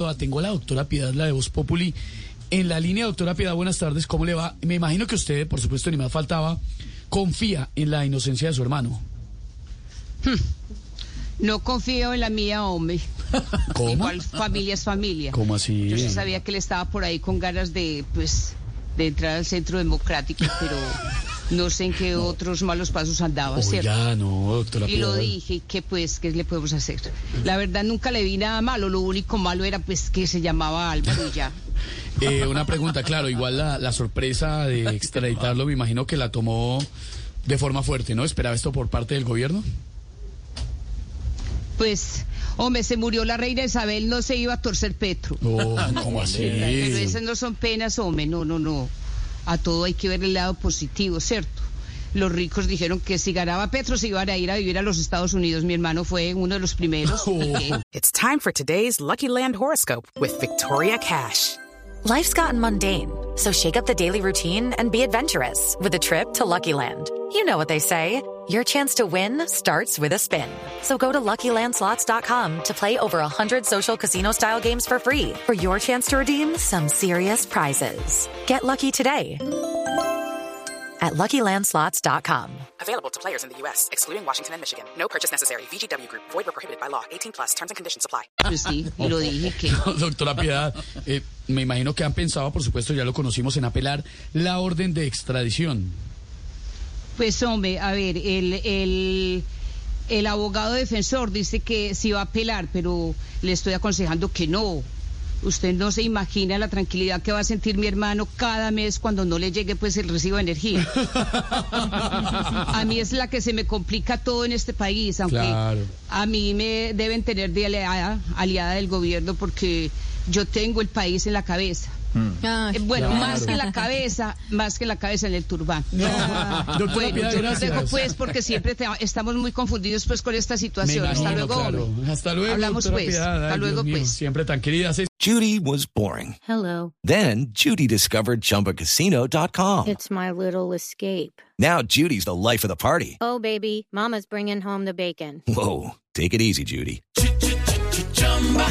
Ah, Tengo a la doctora Piedad, la de Voz Populi. En la línea, doctora Piedad, buenas tardes. ¿Cómo le va? Me imagino que usted, por supuesto, ni más faltaba, confía en la inocencia de su hermano. No confío en la mía, hombre. ¿Cómo? Igual familia es familia. ¿Cómo así? Yo sí sabía que él estaba por ahí con ganas de, pues, de entrar al centro democrático, pero no sé en qué otros malos pasos andaba, ¿cierto? Oiga, no, doctora Y lo Piedad. dije, que pues, ¿qué le podemos hacer? La verdad nunca le vi nada malo, lo único malo era pues que se llamaba Álvaro y ya. Eh, una pregunta, claro, igual la, la sorpresa de extraditarlo, me imagino que la tomó de forma fuerte, ¿no? ¿Esperaba esto por parte del gobierno? Pues, hombre, se murió la reina Isabel, no se iba a torcer Petro. Oh, ¿Cómo Pero así? esas no son penas, hombre, no, no, no. A todo hay que ver el lado positivo, ¿cierto? Los ricos dijeron que si ganaba Petro se iban a ir a vivir a los Estados Unidos. Mi hermano fue uno de los primeros. It's time for today's Lucky Land horoscope with Victoria Cash. Life's gotten mundane, so shake up the daily routine and be adventurous with a trip to Lucky Land. You know what they say your chance to win starts with a spin. So go to luckylandslots.com to play over 100 social casino style games for free for your chance to redeem some serious prizes. Get lucky today at luckylandslots.com. Available to players in the U.S., excluding Washington and Michigan. No purchase necessary. VGW Group. Void were prohibited by law. 18 plus. Terms and conditions apply. Pues sí, y lo dije que Doctora Piedad, eh, me imagino que han pensado, por supuesto, ya lo conocimos, en apelar la orden de extradición. Pues hombre, a ver, el, el, el abogado defensor dice que sí va a apelar, pero le estoy aconsejando que no. Usted no se imagina la tranquilidad que va a sentir mi hermano cada mes cuando no le llegue pues el recibo de energía. a mí es la que se me complica todo en este país, aunque Claro. a mí me deben tener de aliada, aliada del gobierno porque yo tengo el país en la cabeza. Ah, Eh, Bueno, Claro. más que la cabeza, más que la cabeza en el turbán. Doctora Bueno, Piedad, yo los gracias. dejo pues porque siempre te- estamos muy confundidos pues con esta Me situación. Hasta imagino, luego. claro. hombre. Hasta luego. Hablamos doctora pues. Piedad. Ay, Hasta Dios luego mío, pues. Siempre tan querida. Seis Judy was boring. Hello, Then Judy discovered ChumbaCasino.com. it's my little escape. Now Judy's the life of the party. Oh, baby, Mama's bringing home the bacon. Whoa, take it easy, Judy.